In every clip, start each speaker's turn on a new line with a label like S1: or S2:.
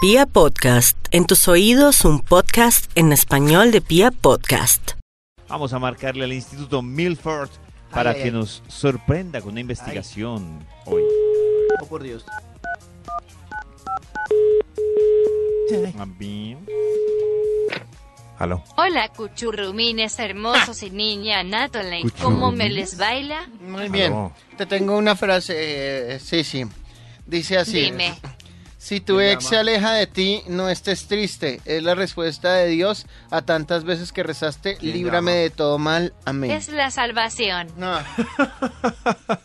S1: Pia Podcast, en tus oídos un podcast en español de Pia Podcast.
S2: Vamos a marcarle al Instituto Milford para
S3: Ay, ay,
S2: que
S3: ay.
S2: nos sorprenda con una investigación hoy.
S3: Oh, por Dios.
S2: A mí.
S4: Aló.
S5: Hola cuchurrumines hermosos y niña Natalie, ¿cómo me les baila?
S3: Muy bien.
S4: Aló.
S3: Te tengo una frase, eh, sí, sí. Dice así.
S5: Dime.
S3: Si tu ex se aleja de ti, no estés triste. Es la respuesta de Dios a tantas veces que rezaste, líbrame de todo mal. Amén.
S5: Es la salvación.
S3: No.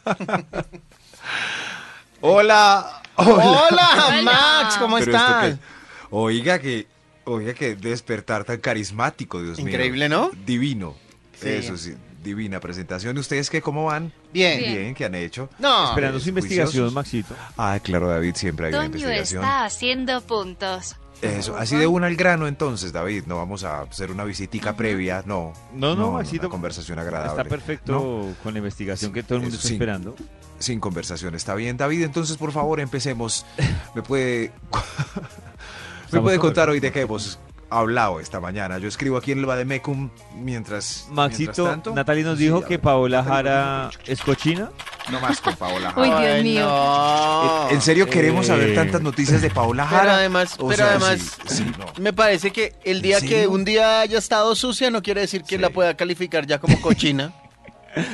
S4: Hola.
S3: Hola,
S5: Hola.
S3: Max, ¿cómo
S4: Pero esto
S3: estás?
S4: que- Oiga que, oiga que despertar tan carismático, Dios mío.
S3: Increíble, ¿no?
S4: Divino.
S3: Sí.
S4: Eso sí, divina presentación. ¿Ustedes qué cómo van?
S3: Bien.
S4: Bien, ¿qué han hecho?
S3: No.
S2: Esperando su investigación,
S4: Ah, juiciosos.
S2: Maxito.
S4: Ah, claro, David, siempre hay una
S5: Toño
S4: investigación.
S5: está haciendo puntos.
S4: Eso, así de una al grano entonces, David. No vamos a hacer una visitica previa, no.
S2: No, no, Maxito.
S4: Una conversación agradable.
S2: Está perfecto
S4: No,
S2: con la investigación que todo el mundo
S4: Eso
S2: está
S4: sí.
S2: esperando.
S4: sin conversación, está bien. David, entonces, por favor, empecemos. ¿Me puede, ¿me
S2: Estamos
S4: puede
S2: con-
S4: contar hoy de qué hemos hablado esta mañana? Yo escribo aquí en el Vademecum mientras... mientras
S2: Maxito,
S4: tanto.
S2: Natalie nos
S4: Sí,
S2: dijo
S4: a
S2: que
S4: ver.
S2: Paola
S4: Natalie,
S2: Jara es cochina.
S4: No más con Paola
S6: Uy,
S4: Jara.
S6: Dios
S3: Ay,
S6: mío.
S3: no.
S4: En- ¿En serio queremos saber
S2: Ah, Eh.
S4: tantas noticias de Paola
S3: Pero
S4: Jara?
S3: además-
S4: O
S3: pero
S4: sea,
S3: además-
S4: sí, sí, no.
S3: Me parece que el
S4: ¿En
S3: día que
S4: serio?
S3: un día haya estado sucia no quiere decir que
S4: Sí.
S3: la pueda calificar ya como cochina.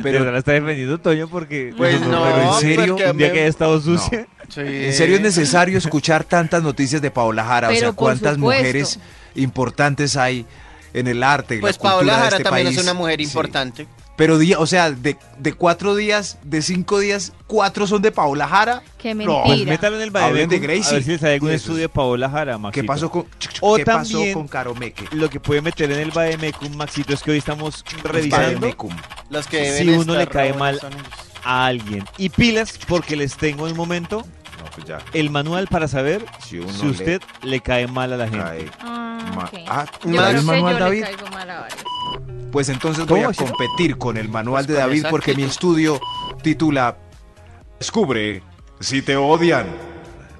S2: Pero
S4: Pero,
S2: la está defendiendo Toño porque.
S3: Pues no,
S4: pero en serio,
S3: porque
S2: Un día
S3: me-
S2: que haya estado sucia.
S3: Sí.
S4: ¿En serio es
S2: eh.
S4: necesario escuchar tantas noticias de Paola Jara? o
S6: Pero
S4: sea,
S6: por
S4: ¿cuántas
S6: supuesto.
S4: mujeres importantes hay en el arte? en
S3: Pues
S4: la cultura
S3: Paola
S4: de
S3: Jara
S4: este
S3: también
S4: país?
S3: es una mujer
S4: Sí.
S3: importante.
S4: Pero, di- o sea, de, de cuatro días, de cinco días, cuatro son de Paola Jara. No.
S6: Qué mentira.
S2: Pues métalo en el
S4: Hablen de
S2: Bademecum, A
S4: Gracie.
S2: ver si les sale algún
S4: Eso es.
S2: estudio de Paola Jara, Maxito.
S4: ¿Qué pasó con,
S2: O
S4: ¿qué pasó
S2: también-
S4: con Caromeque?
S2: Lo que puede meter en el Bademecum, Maxito, es que hoy estamos revisando
S4: Bademecum.
S3: Las que
S2: Si
S3: deben
S2: uno
S3: estar
S2: le cae
S3: robonas
S2: mal-
S3: son ellos.
S2: a alguien. Y pilas, porque les tengo en un momento
S4: No, pues ya.
S2: el manual para saber
S4: Si uno
S2: si
S4: le
S2: usted le, cae mal a la gente.
S4: cae
S6: Ah,
S4: ma-
S6: ok.
S4: Ah,
S6: Yo
S3: Mal
S6: creo
S4: ¿traes
S6: que
S4: manual
S6: yo
S4: David?
S6: le caigo mal a varios.
S4: Pues entonces
S2: ¿Cómo
S4: voy a
S2: es eso?
S4: competir con el manual de
S3: Pues con
S4: David
S3: esa
S4: porque mi
S3: actitud.
S4: estudio titula Descubre si te odian.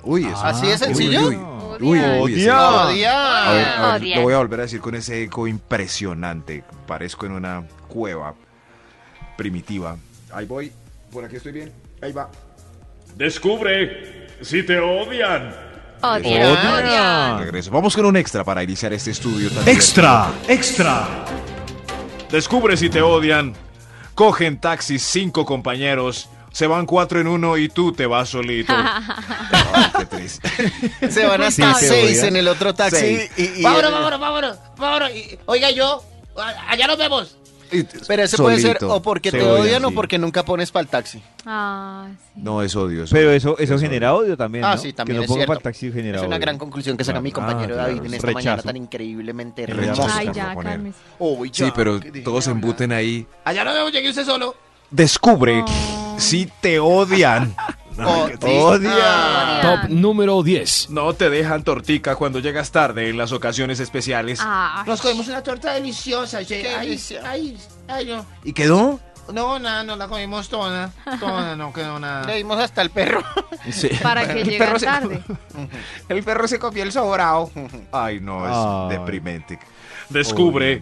S4: Uy, eso.
S3: ¿Así de
S4: uy,
S3: sencillo?
S4: uy, uy, uy,
S2: Odian.
S4: ese-
S3: No,
S4: a
S2: Ah.
S3: Dios.
S4: ver,
S6: Oh,
S4: a ver,
S5: Odian.
S4: lo voy a volver a decir con ese eco impresionante. Parezco en una cueva primitiva. Ahí voy. Por aquí estoy bien. Ahí va.
S7: Descubre si te odian.
S5: Odian,
S6: oh,
S2: Odian.
S5: odian.
S4: Regreso. Vamos con un extra para iniciar este estudio. tan
S7: extra.
S4: Descubre si te odian. Cogen taxis cinco compañeros. Se van cuatro en uno y tú te vas solito. Ay, qué triste.
S3: Se van
S6: Sí,
S3: hasta
S6: te
S3: seis
S2: odian.
S3: en el otro taxi.
S4: Seis.
S3: y- y- y-
S8: Vámonos, vámonos, vámonos, vámonos. Y- Oiga, yo, a- allá nos vemos.
S3: Pero ese puede ser
S4: Solito.
S3: o porque
S4: Se
S3: te odian
S4: sí.
S3: o porque nunca pones para el taxi.
S6: Ah, sí.
S4: No, es odio. es
S2: Pero
S4: odio.
S2: eso, eso genera odio también.
S3: Ah,
S2: ¿no?
S3: sí, también
S2: Que no
S3: es
S2: ponga
S3: cierto.
S2: para el taxi genera
S3: Es una
S2: odio.
S3: gran conclusión que saca mi
S2: Ah,
S3: compañero
S2: claro,
S3: David en
S2: es
S3: esta
S2: rechazo.
S3: mañana tan increíbmente
S4: El
S3: hermosa.
S4: rechazo.
S6: Ay,
S4: Vamos a
S6: ya,
S4: poner.
S6: cálmese.
S3: Uy, ya,
S4: Sí, pero
S3: ¿qué dije?
S4: todos embutan ahí.
S8: Allá nos vemos, llegué usted solo.
S4: Descubre
S6: Ay.
S4: si te odian.
S3: Oh,
S4: Ay, qué
S3: triste. Ah,
S6: Odian.
S9: Top número 10.
S4: No te dejan tortica cuando llegas tarde en las ocasiones especiales.
S6: Ah,
S8: Nos comimos una torta deliciosa. che.
S3: Qué
S8: Ay,
S3: delicia.
S8: ay, ay, no.
S4: ¿Y quedó?
S8: No, nada, no la comimos toda. Toda, no quedó
S3: Le
S8: nada.
S3: dimos hasta el perro.
S6: para que llegara
S8: perro se-
S6: tarde.
S8: El perro se comió el sobrado.
S4: Ay, no, es
S2: Ay.
S4: deprimente.
S7: Descubre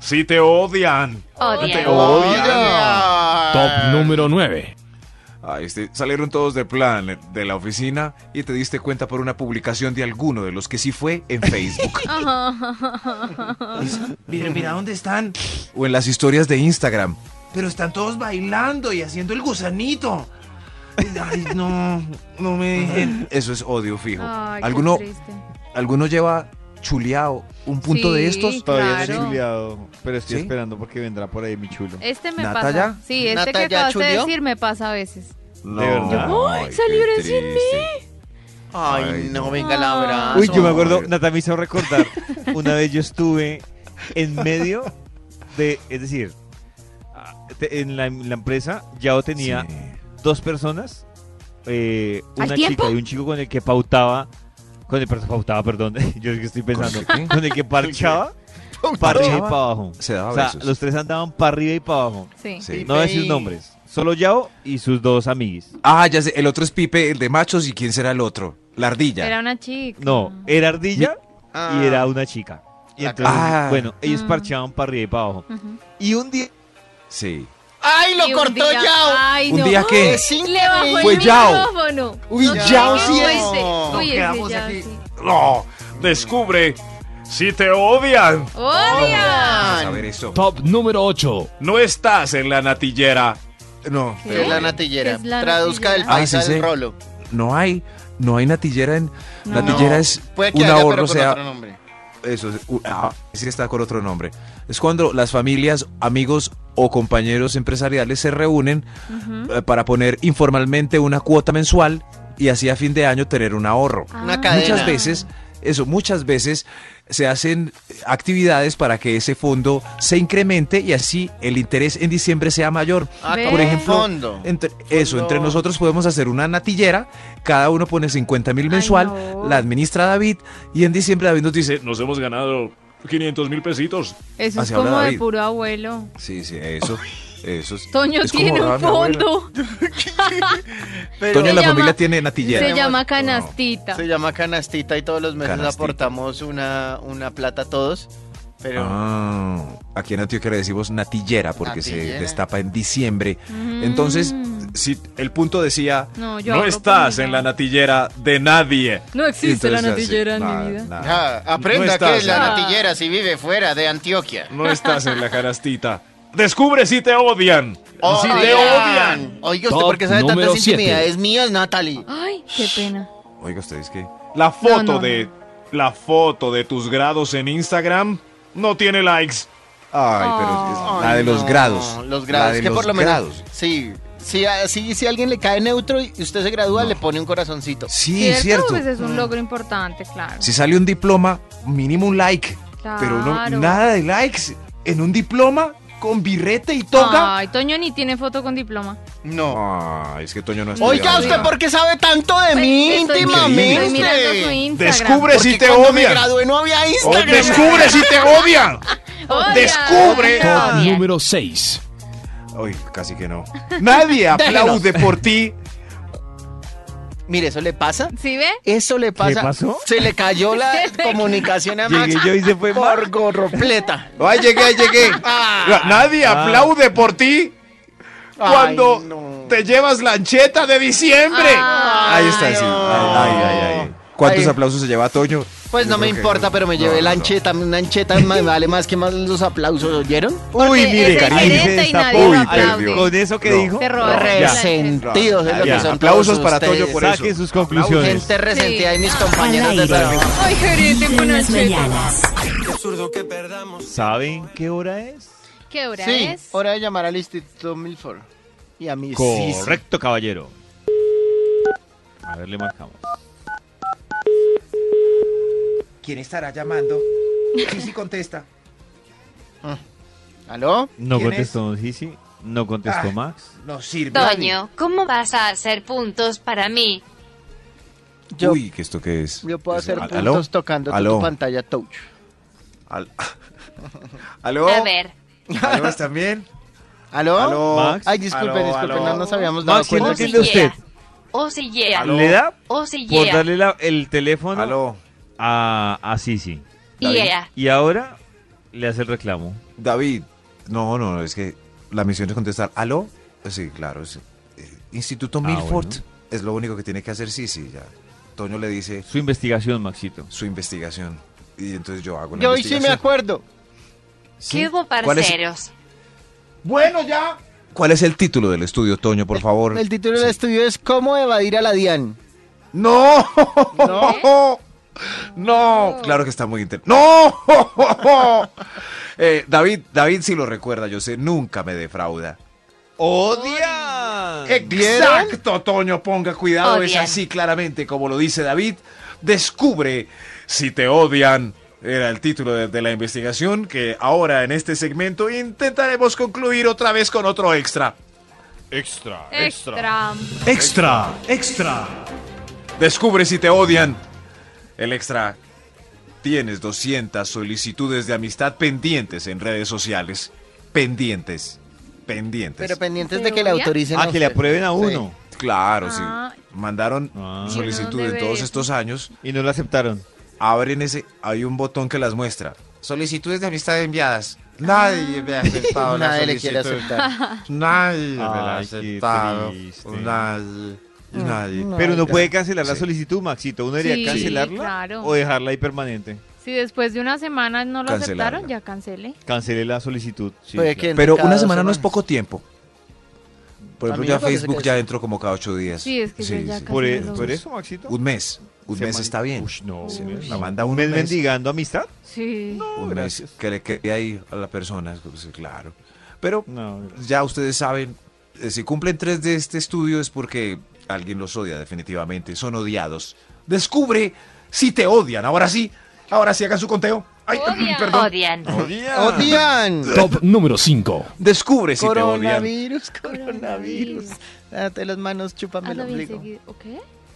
S7: si te odian.
S5: Odian.
S3: Odian.
S9: Top número 9.
S4: Ay, este, salieron todos de plan eh, de la oficina y te diste cuenta por una publicación de alguno de los que sí fue en Facebook
S8: Mira, mira dónde están.
S4: o en las historias de Instagram.
S8: Pero están todos bailando y haciendo el gusanito. Ay, no, no me dejen.
S4: Eso es odio fijo.
S6: Ay, qué
S4: ¿Alguno,
S6: triste.
S4: ¿Alguno lleva chuleado un punto de
S6: Sí,
S4: estos?
S2: Todavía no he
S6: claro.
S2: chuleado, pero estoy
S4: ¿Sí?
S2: esperando porque vendrá por ahí mi chulo.
S6: Este me
S4: ¿Nata
S6: pasa.
S4: ya?
S6: Sí, este
S3: ¿Nata
S6: que
S3: ya
S6: acabaste de
S3: chuleó?
S6: decir me pasa a veces.
S4: No,
S2: verdad?
S4: ay, qué
S6: salieron sin
S4: triste.
S3: Ay,
S4: Ay,
S3: no,
S4: no.
S3: venga la abrazo.
S2: Uy, yo me acuerdo,
S4: Ay.
S2: Nata me hizo recordar, una vez yo estuve en medio de, es decir, ah, te- en la, en la empresa ya tenía
S4: Sí.
S2: dos personas, eh,
S6: ¿Al
S2: una
S6: tiempo?
S2: chica y un chico con el que pautaba, con el per- pautaba, perdón, yo es que estoy pensando,
S4: ¿Con el qué?
S2: con el que parchaba, para arriba y para abajo.
S4: Se daba
S2: O sea,
S4: besos.
S2: los tres andaban para arriba y para abajo.
S6: Sí.
S4: Sí.
S2: No voy a decir nombres. Solo Yao y sus dos amiguis.
S4: Ah, ya sé, el otro es Pipe, el de machos, ¿y quién será el otro? La ardilla.
S6: Era una chica.
S2: No, era ardilla
S3: Ah.
S2: y era una chica. Y
S3: La
S2: entonces,
S4: cara. Ah.
S2: bueno, ellos
S6: Ah.
S2: parchaban para arriba y para abajo.
S6: Ujú.
S2: Y un día
S4: Sí.
S3: ¡Ay, lo
S6: Y un
S3: cortó
S6: día- Ah.
S3: Yao!
S6: Ay,
S4: ¿Un
S6: no.
S4: día qué?
S6: ¡Ay! Le bajó
S4: Fue
S6: el
S4: Yao.
S6: micrófono.
S4: Uy,
S6: No sé
S4: Yao
S6: qué
S4: sí
S6: fue
S4: es.
S6: ese.
S3: No,
S6: Uy, ese
S8: quedamos
S6: Yao
S8: aquí.
S6: sí.
S7: No, descubre si te odian.
S6: ¡Odia!
S4: Vamos a
S3: Ay,
S4: ver eso.
S9: Top número 8.
S7: No estás en la natillera.
S4: No,
S6: ¿Qué?
S3: que es la
S6: ¿Qué
S3: natillera.
S6: es la
S3: Traduzca el
S6: natillera?
S4: Ah,
S3: paisa
S4: sí
S3: del
S4: sé.
S3: rolo.
S4: no hay, no hay natillera en.
S6: No.
S4: Natillera
S3: No.
S4: es
S3: Puede que
S4: un
S3: haya, pero
S4: ahorro,
S3: con
S4: sea.
S3: otro nombre.
S4: Eso, es- u- ah, sí está con otro nombre. Es cuando las familias, amigos o compañeros empresariales se reúnen
S6: Ujú.
S4: eh, para poner informalmente una cuota mensual y así a fin de año tener un ahorro.
S3: Una
S6: Ah.
S3: cadena.
S4: Muchas veces, eso, muchas veces se hacen actividades para que ese fondo se incremente y así el interés en diciembre sea mayor.
S3: Ah,
S6: Ve.
S3: como
S4: Por
S3: un
S4: ejemplo,
S3: fondo.
S4: Entre- eso, entre
S3: No.
S4: nosotros podemos hacer una natillera, cada uno pone 50 mil
S6: Ay,
S4: mensual,
S6: no.
S4: la administra David y en diciembre David nos dice...
S7: Dice, nos hemos ganado 500 mil pesitos.
S6: Eso es
S4: Así habla
S6: como de
S4: David.
S6: puro abuelo.
S4: Sí, sí, eso, eso. es-
S6: Toño
S4: es como
S6: tiene
S4: ahorraba
S6: un
S4: mi abuela".
S6: fondo.
S3: Pero
S4: Toño en la
S6: Se
S4: familia
S6: llama-
S4: tiene natillera.
S6: Se llama
S4: No.
S6: canastita.
S3: se llama canastita y todos los meses
S4: Canastita.
S3: aportamos una, una plata todos. Pero
S4: Ah, aquí en Antioquia le decimos natillera porque
S3: Natillera.
S4: se destapa en diciembre. Entonces,
S6: Mm.
S4: si el punto decía,
S6: No, yo
S7: No
S6: ahorro
S7: estás
S6: por mi
S7: en la
S6: Yao.
S7: natillera de nadie.
S6: No existe la
S4: entonces así,
S6: natillera en
S4: nada,
S6: mi vida.
S4: nada.
S3: ya, aprenda
S7: No
S3: que
S7: estás,
S3: es la
S6: ¿no?
S3: natillera si vive fuera de Antioquia.
S7: No estás en la canastita. Descubre si te odian. Si te
S3: Oigan.
S7: odian.
S3: Oiga, ¿usted
S9: Top
S3: por qué sabe
S9: número
S3: tantas
S9: siete.
S3: intimidades mías, Natalie?
S6: Ay, qué pena.
S4: Oiga, ustedes que
S7: La foto
S6: No, no,
S7: de la foto de tus grados en Instagram no tiene likes.
S4: Ay, pero es-
S6: Oh.
S4: la de los
S3: no,
S4: grados.
S3: Los grados,
S4: La de
S3: que por
S4: los
S3: lo menos.
S4: grados.
S3: Sí, sí, así, si a alguien le cae neutro y usted se gradúa, le pone un corazoncito.
S4: Sí, cierto. Mm.
S6: Pues es un logro importante, claro.
S4: Si sale un diploma, mínimo un like. Pero no,
S6: Claro.
S4: nada de likes. En un diploma, con birrete y toga.
S6: Ay, Toño ni tiene foto con diploma.
S3: No.
S4: Ay, es que Toño no ha
S3: Oiga,
S4: estudiado
S3: ¿usted
S4: nada.
S3: por qué sabe tanto de mí
S6: Pues, Estoy- Estoy mirando su
S3: íntimamente?
S6: Instagram.
S7: Descubre
S3: Porque
S7: si te
S3: cuando me
S7: odian.
S3: gradué no había
S7: O
S3: Instagram.
S7: descubre si te odian.
S6: Hola.
S7: descubre.
S9: Top
S5: Bien.
S9: número 6.
S4: Ay, casi que no.
S7: Nadie aplaude por ti.
S3: Mire, ¿eso le pasa?
S6: ¿Sí ve?
S3: Eso le pasa.
S2: pasó?
S3: Se le cayó la comunicación a Max
S2: llegué yo y se fue Max.
S3: por gorropleta.
S4: Ay, llegué, llegué.
S3: Ah,
S7: Nadie aplaude por ti cuando
S3: ay, no.
S7: te llevas lancheta de diciembre.
S4: Ahí está, sí.
S3: no.
S4: Ay, ay, ay, ay. ¿Cuántos
S3: Ay.
S4: aplausos se lleva Toño?
S3: Pues
S4: Yo
S3: no me
S4: creo que
S3: importa,
S4: no.
S3: pero me
S4: No,
S3: llevé
S4: no,
S3: la
S4: no.
S3: ancheta. Una ancheta me vale más que más los aplausos, ¿oyeron?
S2: Uy, mire,
S6: es el
S2: ahí se
S6: gerente y
S2: destapó.
S6: nadie
S4: Uy,
S6: lo aplaude.
S4: perdió.
S2: Con eso que
S4: No.
S2: dijo,
S6: Se robó la
S2: Ya.
S6: ancheta.
S3: Resentidos es lo
S2: Ya.
S3: que son
S4: Aplausos
S3: todos
S4: para Toño
S3: ustedes.
S4: por eso.
S2: saque sus conclusiones.
S3: Gente resentida y mis compañeros
S1: Al
S3: de
S1: aire.
S3: trabajo.
S6: Ay, gerente con ancheta.
S2: ¿Saben qué hora es?
S6: ¿Qué hora
S3: Sí,
S6: es?
S3: hora de llamar al Instituto Milford. Y a mí sí, sí.
S2: Correcto, caballero. A ver, le marcamos.
S4: ¿Quién estará llamando? Sí, sí, contesta.
S3: ¿Aló?
S2: No
S4: ¿Quién
S2: contestó Don Sisi, no contestó
S4: Ah.
S2: Max.
S4: No sirve.
S5: Toño, ¿cómo vas a hacer puntos para mí?
S3: Yo,
S4: Uy, ¿que esto qué es?
S3: yo puedo
S4: Es-
S3: hacer
S4: ¿Al-
S3: puntos
S4: aló?
S3: tocando
S4: Aló.
S3: tu pantalla touch.
S4: Al- ¿Aló?
S5: A ver,
S4: ¿Aló? ¿Están bien?
S3: ¿Aló?
S4: ¿Aló?
S2: Max.
S3: Oh. Ay, disculpen,
S4: Aló,
S3: disculpen,
S4: aló.
S3: no nos habíamos dado
S2: Max, ¿qué no
S3: cuenta.
S5: no
S2: entiende
S5: entiende
S2: usted?
S5: o si yeah,
S2: Le da
S5: o si
S2: por
S5: yeah,
S2: darle la- el teléfono
S4: ¿Aló?
S2: a, a Sisi.
S5: yeah.
S2: Y ahora le hace el reclamo.
S4: David. No, no, es que la misión es contestar. ¿Aló? Pues Sí, claro. es, eh, Instituto
S2: Ah,
S4: Milford
S2: bueno.
S4: es lo único que tiene que hacer. Sí, sí, ya. Toño le dice
S2: Su investigación, Maxito.
S4: su investigación. Y entonces yo hago la
S3: Yo hoy sí
S4: investigación.
S3: me acuerdo.
S4: ¿Sí?
S5: ¿Qué hubo
S4: ¿Cuál es-
S5: parceros?
S8: Bueno, ya.
S4: ¿Cuál es el título del estudio, Toño, por favor?
S3: El título del estudio es ¿Cómo evadir a la DIAN?
S4: ¡No!
S6: ¿No?
S4: ¡No! Claro que está muy inter... ¡No! Eh, David, David sí lo recuerda, yo sé, nunca me defrauda.
S2: ¡Odia!
S4: Exacto, Toño, ponga cuidado, es
S5: Odian.
S4: así claramente como lo dice David. Descubre si te odian. Era el título de, de la investigación que ahora en este segmento intentaremos concluir otra vez con otro extra.
S7: Extra,
S6: Extra.
S7: extra, extra.
S4: Descubre si te odian. El extra. Tienes 200 solicitudes de amistad pendientes en redes sociales. Pendientes. pendientes.
S3: Pero pendientes
S6: Pero
S3: de que le
S6: ya.
S3: autoricen.
S2: Ah,
S3: a
S2: que le
S3: usted.
S2: aprueben a uno.
S4: Claro,
S6: Ah.
S4: sí. Mandaron
S2: Ah.
S4: solicitud en
S6: debería.
S4: todos estos años.
S2: Y no lo aceptaron.
S4: Abren ese, hay un botón que las muestra. Solicitudes de amistad enviadas. Nadie me ha aceptado la
S3: Ah. Nadie le quiere
S4: solicitud.
S3: aceptar.
S4: Nadie me la ha
S2: Ay, qué
S4: aceptado.
S2: triste.
S4: Nadie. Nadie.
S2: Pero uno puede cancelar la
S4: Sí.
S2: solicitud, Maxito. Uno debería
S6: Sí,
S2: cancelarla
S6: claro.
S2: o dejarla ahí permanente.
S6: Si después de una semana no lo
S4: Cancelarla.
S6: aceptaron, ya cancelé.
S2: Cancele la solicitud. sí,
S3: Puede
S2: claro.
S3: que entre
S4: Pero
S3: cada
S4: una
S3: dos
S4: semana no es
S3: semanas.
S4: poco tiempo. Por
S3: A mí
S4: ejemplo,
S3: me
S4: ya
S3: parece
S4: Facebook
S3: que
S4: ya
S3: sí.
S4: entró como cada ocho días.
S6: Sí, es que yo ya casi
S2: Por,
S6: no
S2: e-
S6: lo
S2: por
S6: uso.
S2: eso, Maxito.
S4: Un mes. Un mes
S2: Semana-
S4: está bien.
S2: Ush, no,
S6: Uy,
S2: un mes.
S4: La manda un
S2: ¿Un mes
S4: mes.
S2: mendigando amistad?
S6: Sí.
S4: Un mes
S2: gracias.
S4: que le quede ahí a la persona. pues, claro. Pero
S2: No,
S4: ya ustedes saben, eh, si cumplen tres de este estudio es porque alguien los odia definitivamente, son odiados. Descubre si te odian, ahora sí, ahora sí hagan su conteo. Ay,
S5: Odian.
S4: perdón.
S5: Odian.
S3: Oh, ¡Odian!
S9: Top número 5.
S4: Descubre si te odian.
S3: Coronavirus, coronavirus. Date las manos, chúpame el
S6: Hazlo Ah, bien
S3: ombligo.
S6: seguido. ¿Ok?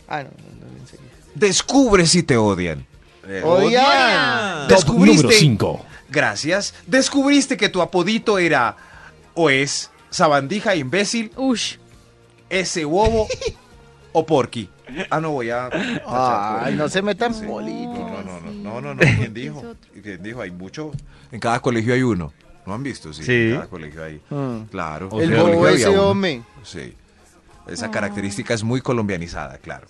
S3: Ah, no, no, Oh, no, enseguida.
S4: Descubre si te odian. Eh,
S3: ¡Odian!
S9: Top número 5.
S4: Gracias. Descubriste que tu apodito era o es sabandija imbécil,
S6: Ush.
S4: ese bobo o porky. Ah, no voy a.
S3: Ay, no se metan
S4: Sí.
S3: políticos.
S4: No, no, no,
S6: sí.
S4: no, no, no,
S6: Porque
S4: ¿quién
S6: es
S4: dijo?
S6: otro.
S4: ¿Quién dijo? Hay mucho. En cada colegio hay uno. ¿No han visto? Sí.
S2: Sí.
S4: En cada colegio hay.
S3: Mm.
S4: Claro.
S9: O
S4: En
S3: El
S9: sea,
S4: cada
S3: bobo
S4: colegio
S3: ese
S4: había uno.
S3: hombre.
S4: Sí. Esa característica es muy colombianizada, claro.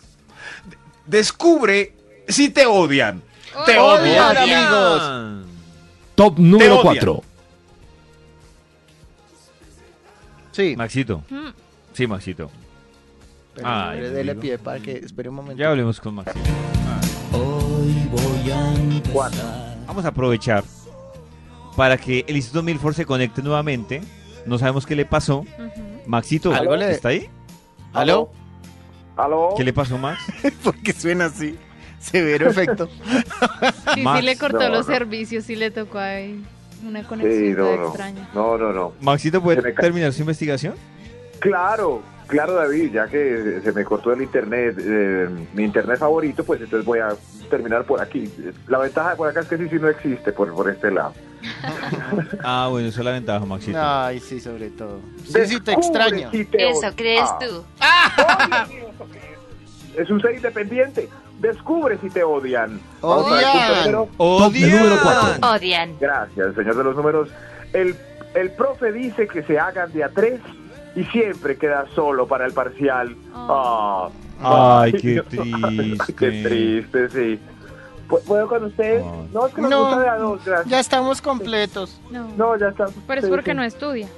S4: De- Descubre si te odian. Te
S3: Odian,
S4: odian.
S3: amigos.
S9: Top
S4: Te
S9: número
S4: odian.
S9: 4.
S3: Sí.
S2: Maxito.
S6: Mm.
S2: Sí, Maxito.
S3: Pero
S2: Ay,
S3: espere, dele
S2: amigo.
S3: pie para que espere un momento.
S2: Ya hablemos con Maxito. Vamos a aprovechar para que el Instituto Milford se conecte nuevamente. No sabemos qué le pasó.
S6: Ujú.
S2: Maxito,
S3: Algo le-
S2: ¿está ahí?
S3: ¿Aló?
S10: ¿Aló?
S2: ¿Qué le pasó, Max?
S3: Porque suena así. Severo efecto.
S6: Sí,
S2: Max.
S6: sí le cortó
S10: No,
S6: los
S10: no.
S6: servicios, sí le tocó ahí una conexión
S10: Sí, no,
S6: toda
S10: no.
S6: extraña.
S10: No, no, no.
S2: ¿Maxito
S10: Se
S2: puede
S10: me ca-
S2: terminar su investigación?
S10: Claro, claro, David, ya que se me cortó el internet, eh, mi internet favorito, pues entonces voy a terminar por aquí. La ventaja de por acá es que sí, sí no existe por, por este lado.
S2: Ah, bueno, eso es la ventaja, Maxito.
S3: Ay, sí, sobre todo. Sí, sí, te
S10: Descubre
S3: extraño.
S10: si te
S5: Eso
S10: odia.
S5: crees
S10: Ah,
S5: tú.
S10: Es un ser independiente. Descubre si te odian. Vamos a ver,
S3: ¡Odian!
S10: compañero.
S9: Top número 4.
S5: Odian.
S10: Gracias, señor de los números. El, el profe dice que se hagan de a tres y siempre queda solo para el parcial.
S6: Oh.
S10: Ah.
S2: Ay, qué
S10: Ay,
S2: triste.
S10: Qué triste, sí. ¿Pu- ¿Puedo con ustedes?
S2: Ay.
S10: No, es que nos
S3: No.
S10: gusta de a dos, gracias.
S3: Ya estamos completos.
S6: No.
S10: No, ya está.
S6: Pero es
S10: Sí,
S6: porque
S10: sí.
S6: no estudia.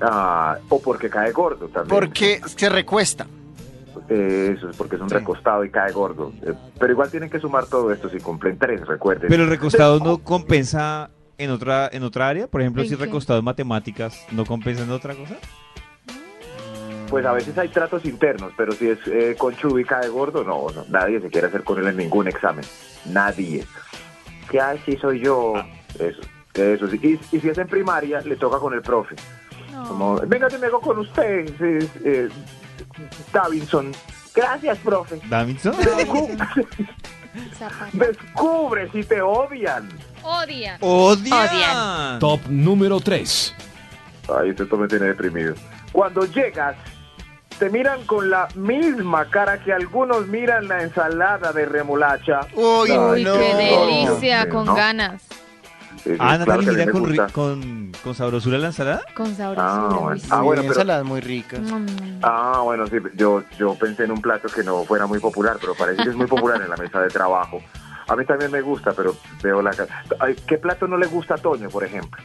S10: Ah, o porque cae gordo también.
S3: Porque se recuesta.
S10: Eh, eso es porque es un
S3: Sí.
S10: recostado y cae gordo. Eh, pero igual tienen que sumar todo esto si cumplen tres, recuerden.
S2: Pero el recostado no compensa en otra en otra área. Por ejemplo,
S6: ¿En
S2: si
S6: qué?
S2: recostado en matemáticas, ¿no compensa en otra cosa?
S10: Pues a veces hay tratos internos, pero si es eh, conchudo y cae gordo, no, no, nadie se quiere hacer con él en ningún examen. Nadie. Que ay, sí soy yo.
S3: Ah.
S10: Eso, eso sí. Y, y si es en primaria, le toca con el profe.
S6: No.
S10: Como, venga, yo me hago con usted, sí, eh, Davinson. Gracias, profe.
S2: ¿Davidson?
S10: Descu-
S6: Zapata.
S10: Descubre si te odian.
S6: Odian.
S2: ¡Odian!
S9: Top número 3.
S10: Ay, este esto me tiene deprimido. Cuando llegas, te miran con la misma cara que algunos miran la ensalada de remolacha.
S3: Uy,
S6: Uy,
S3: no.
S6: qué delicia,
S10: No.
S6: con ganas.
S10: Sí, sí,
S2: Ah,
S10: Eh, claro
S2: Natalia,
S10: que a mí
S2: mira
S10: me
S2: con, ri-
S10: gusta.
S2: con, con sabrosura la ensalada.
S6: Con
S10: Ah,
S6: sabrosura. uy,
S10: bueno.
S6: sí.
S10: Ah, bueno,
S3: Sí,
S10: pero-
S3: ensaladas muy ricas.
S6: Mm, mm.
S10: Ah, bueno, sí, yo, yo pensé en un plato que no fuera muy popular, pero parece que es muy popular en la mesa de trabajo. A mí también me gusta, pero veo la cara. Ay, ¿Qué plato no le gusta a Toño, por ejemplo?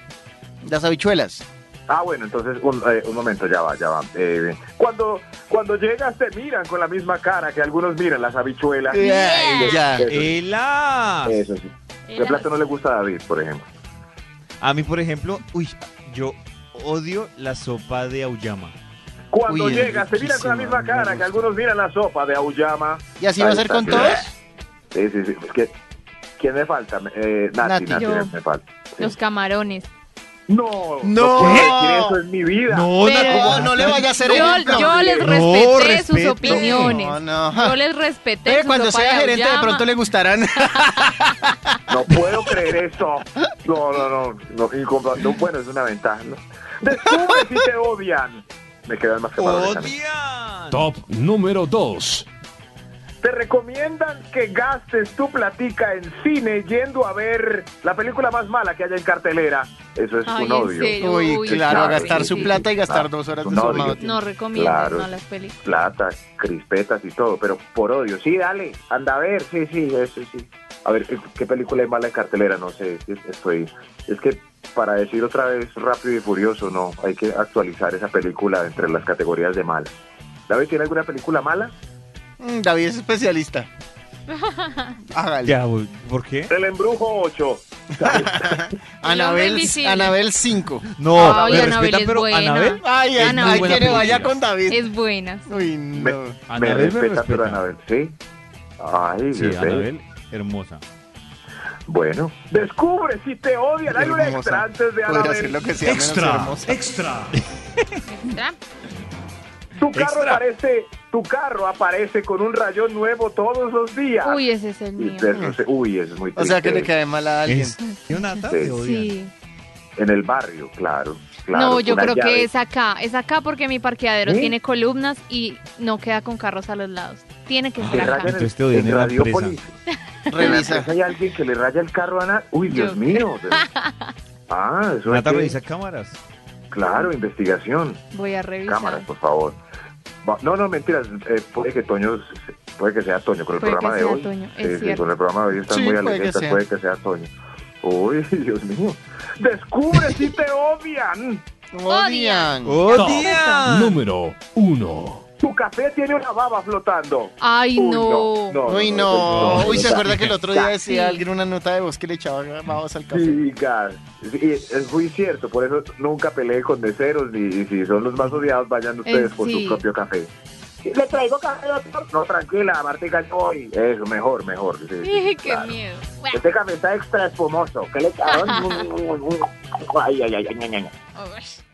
S3: Las habichuelas.
S10: Ah, bueno, entonces un, eh, un momento, ya va, ya va. Eh, cuando, cuando llegas te miran con la misma cara que algunos miran las habichuelas.
S3: Ay, Ya.
S10: Eso
S2: Eh,
S10: sí,
S2: ¡Ela!
S10: eso sí. ¿Qué
S6: Era-
S10: plato no le gusta a David, por ejemplo?
S2: A mí, por ejemplo, uy, yo odio la sopa de auyama.
S10: Cuando
S3: Uy, es
S10: llegas te miran con
S3: riquísima,
S10: la misma cara
S3: me
S10: que
S3: gusta.
S10: algunos miran la sopa de auyama.
S3: ¿Y así va a
S10: Ahí
S3: ser
S10: está,
S3: con
S10: sí.
S3: todos?
S10: Sí, sí, sí. Es que, ¿Quién me falta? Eh, Nati,
S3: Nati.
S10: Nati,
S6: Yo.
S10: me falta. Sí.
S6: Los camarones.
S10: No,
S3: No.
S10: puedo decir eso en mi vida.
S6: Pero-
S3: No, no le vaya a hacer
S6: Yo, yo les respeté sus
S2: respeto.
S6: opiniones.
S3: No, no.
S6: Yo les respeté.
S3: Pero
S6: su
S3: cuando
S6: sopa
S3: sea
S6: de
S3: gerente de
S6: auyama.
S3: pronto le gustarán.
S10: No puedo creer esto. No, no, no. no, incompro- no, bueno, es una ventaja. ¿no? Descubre si te odian. Me quedan más que palabras a mí.
S9: Top número 2.
S10: Te recomiendan que gastes tu platica en cine yendo a ver la película más mala que haya en cartelera. Eso es
S6: Ay, ¿en
S10: un odio.
S6: serio?
S3: Uy,
S6: Uy,
S3: claro,
S10: claro,
S3: gastar
S10: sí,
S3: su
S10: sí,
S3: plata y
S10: sí,
S3: gastar
S10: claro.
S3: dos horas de
S10: Un
S3: su
S10: odio.
S3: mamá.
S6: No recomiendas
S10: Claro.
S6: malas películas.
S10: Plata, crispetas y todo, pero por odio. Sí, dale, anda a ver, sí, sí, eso sí. A ver, ¿qué película es mala en cartelera? No sé, es- estoy... Es que para decir otra vez rápido y furioso, no, hay que actualizar esa película entre las categorías de mala. ¿David tiene alguna película mala?
S3: Mm, David es especialista. Hágale.
S2: Ya, voy. ¿por qué?
S10: El Embrujo 8.
S3: Anabel,
S6: invisible.
S3: Anabel 5.
S2: No,
S6: Ay,
S2: me
S6: Anabel
S2: respetan,
S6: es
S2: pero
S6: buena.
S2: Anabel.
S3: Ay, ay,
S6: Anabel.
S3: ay,
S6: Buena
S3: que le vaya
S2: película.
S3: con David.
S6: Es buena.
S3: Uy,
S10: Me-
S3: no.
S10: Me
S2: Anabel me
S10: respetan, pero
S2: respeta.
S10: Anabel, sí. Ay,
S2: Sí,
S10: Dios ¿eh? mío.
S2: Anabel, hermosa.
S10: Bueno. Descubre si te odian. Hay un
S3: Hermosa.
S10: extra antes de
S3: Podría hacer
S10: Anabel.
S3: lo que sea menos hermosa.
S7: extra.
S6: ¿Ya?
S10: Tu carro
S7: Extra.
S10: aparece, tu carro aparece con un rayón nuevo todos los días.
S6: Uy, ese es el
S10: Y
S6: mío.
S10: eso se- uy, eso es muy
S3: O
S10: triste.
S3: sea, que le cae mal a alguien.
S2: Es- Jonathan,
S10: Sí.
S2: te odian.
S6: Sí.
S10: En el barrio, claro. claro
S6: No, yo
S10: una
S6: creo
S10: llave.
S6: que es acá. Es acá porque mi parqueadero
S10: ¿Eh?
S6: tiene columnas y no queda con carros a los lados. Tiene que
S10: Que
S6: ser
S10: rayan
S6: acá.
S2: Entonces
S10: el,
S2: te odian
S10: en
S2: en la empresa.
S10: Radiopolis. En la
S3: este Revisa.
S10: empresa hay alguien que le raya el carro a Ana. Uy, Dios
S6: Yo.
S10: mío. pero- Ah, eso es
S2: Jonathan
S10: que-
S2: revisa cámaras.
S10: Claro, investigación.
S6: Voy a revisar.
S10: Cámaras, por favor. Va- No, no, mentiras. eh, puede que Toño, se- puede que sea Toño con el
S6: Puede que
S10: programa de
S6: sea
S10: hoy.
S6: Toño, es
S10: Sí, sí,
S6: cierto.
S10: con el programa de hoy están
S3: Sí,
S10: muy
S3: puede que
S10: alegretas,
S3: sea.
S10: puede que sea Toño. Uy, Dios mío. Descubre si te odian.
S3: Odian.
S9: Top Ah. número 1.
S10: Tu café tiene una baba flotando.
S6: Ay,
S10: Uy,
S6: no.
S3: Uy, no. Uy, ¿se
S10: no,
S3: acuerda que el otro día
S10: Sí.
S3: decía alguien una nota de voz que le echaba babas al café?
S10: Sí, claro. Sí, es es muy cierto, por eso nunca peleé con meseros ni y si son los más odiados vayan ustedes
S6: Eh,
S10: por
S6: sí.
S10: su propio café. Le traigo café, doctor. No, tranquila, Martica, hoy. Eso, mejor, mejor. sí, sí,
S6: Qué
S10: claro.
S6: miedo.
S10: Este café está extra espumoso. ¿Qué le ay, ay, ay, ay, ay, ay, ay.
S5: Oh,
S6: Uy.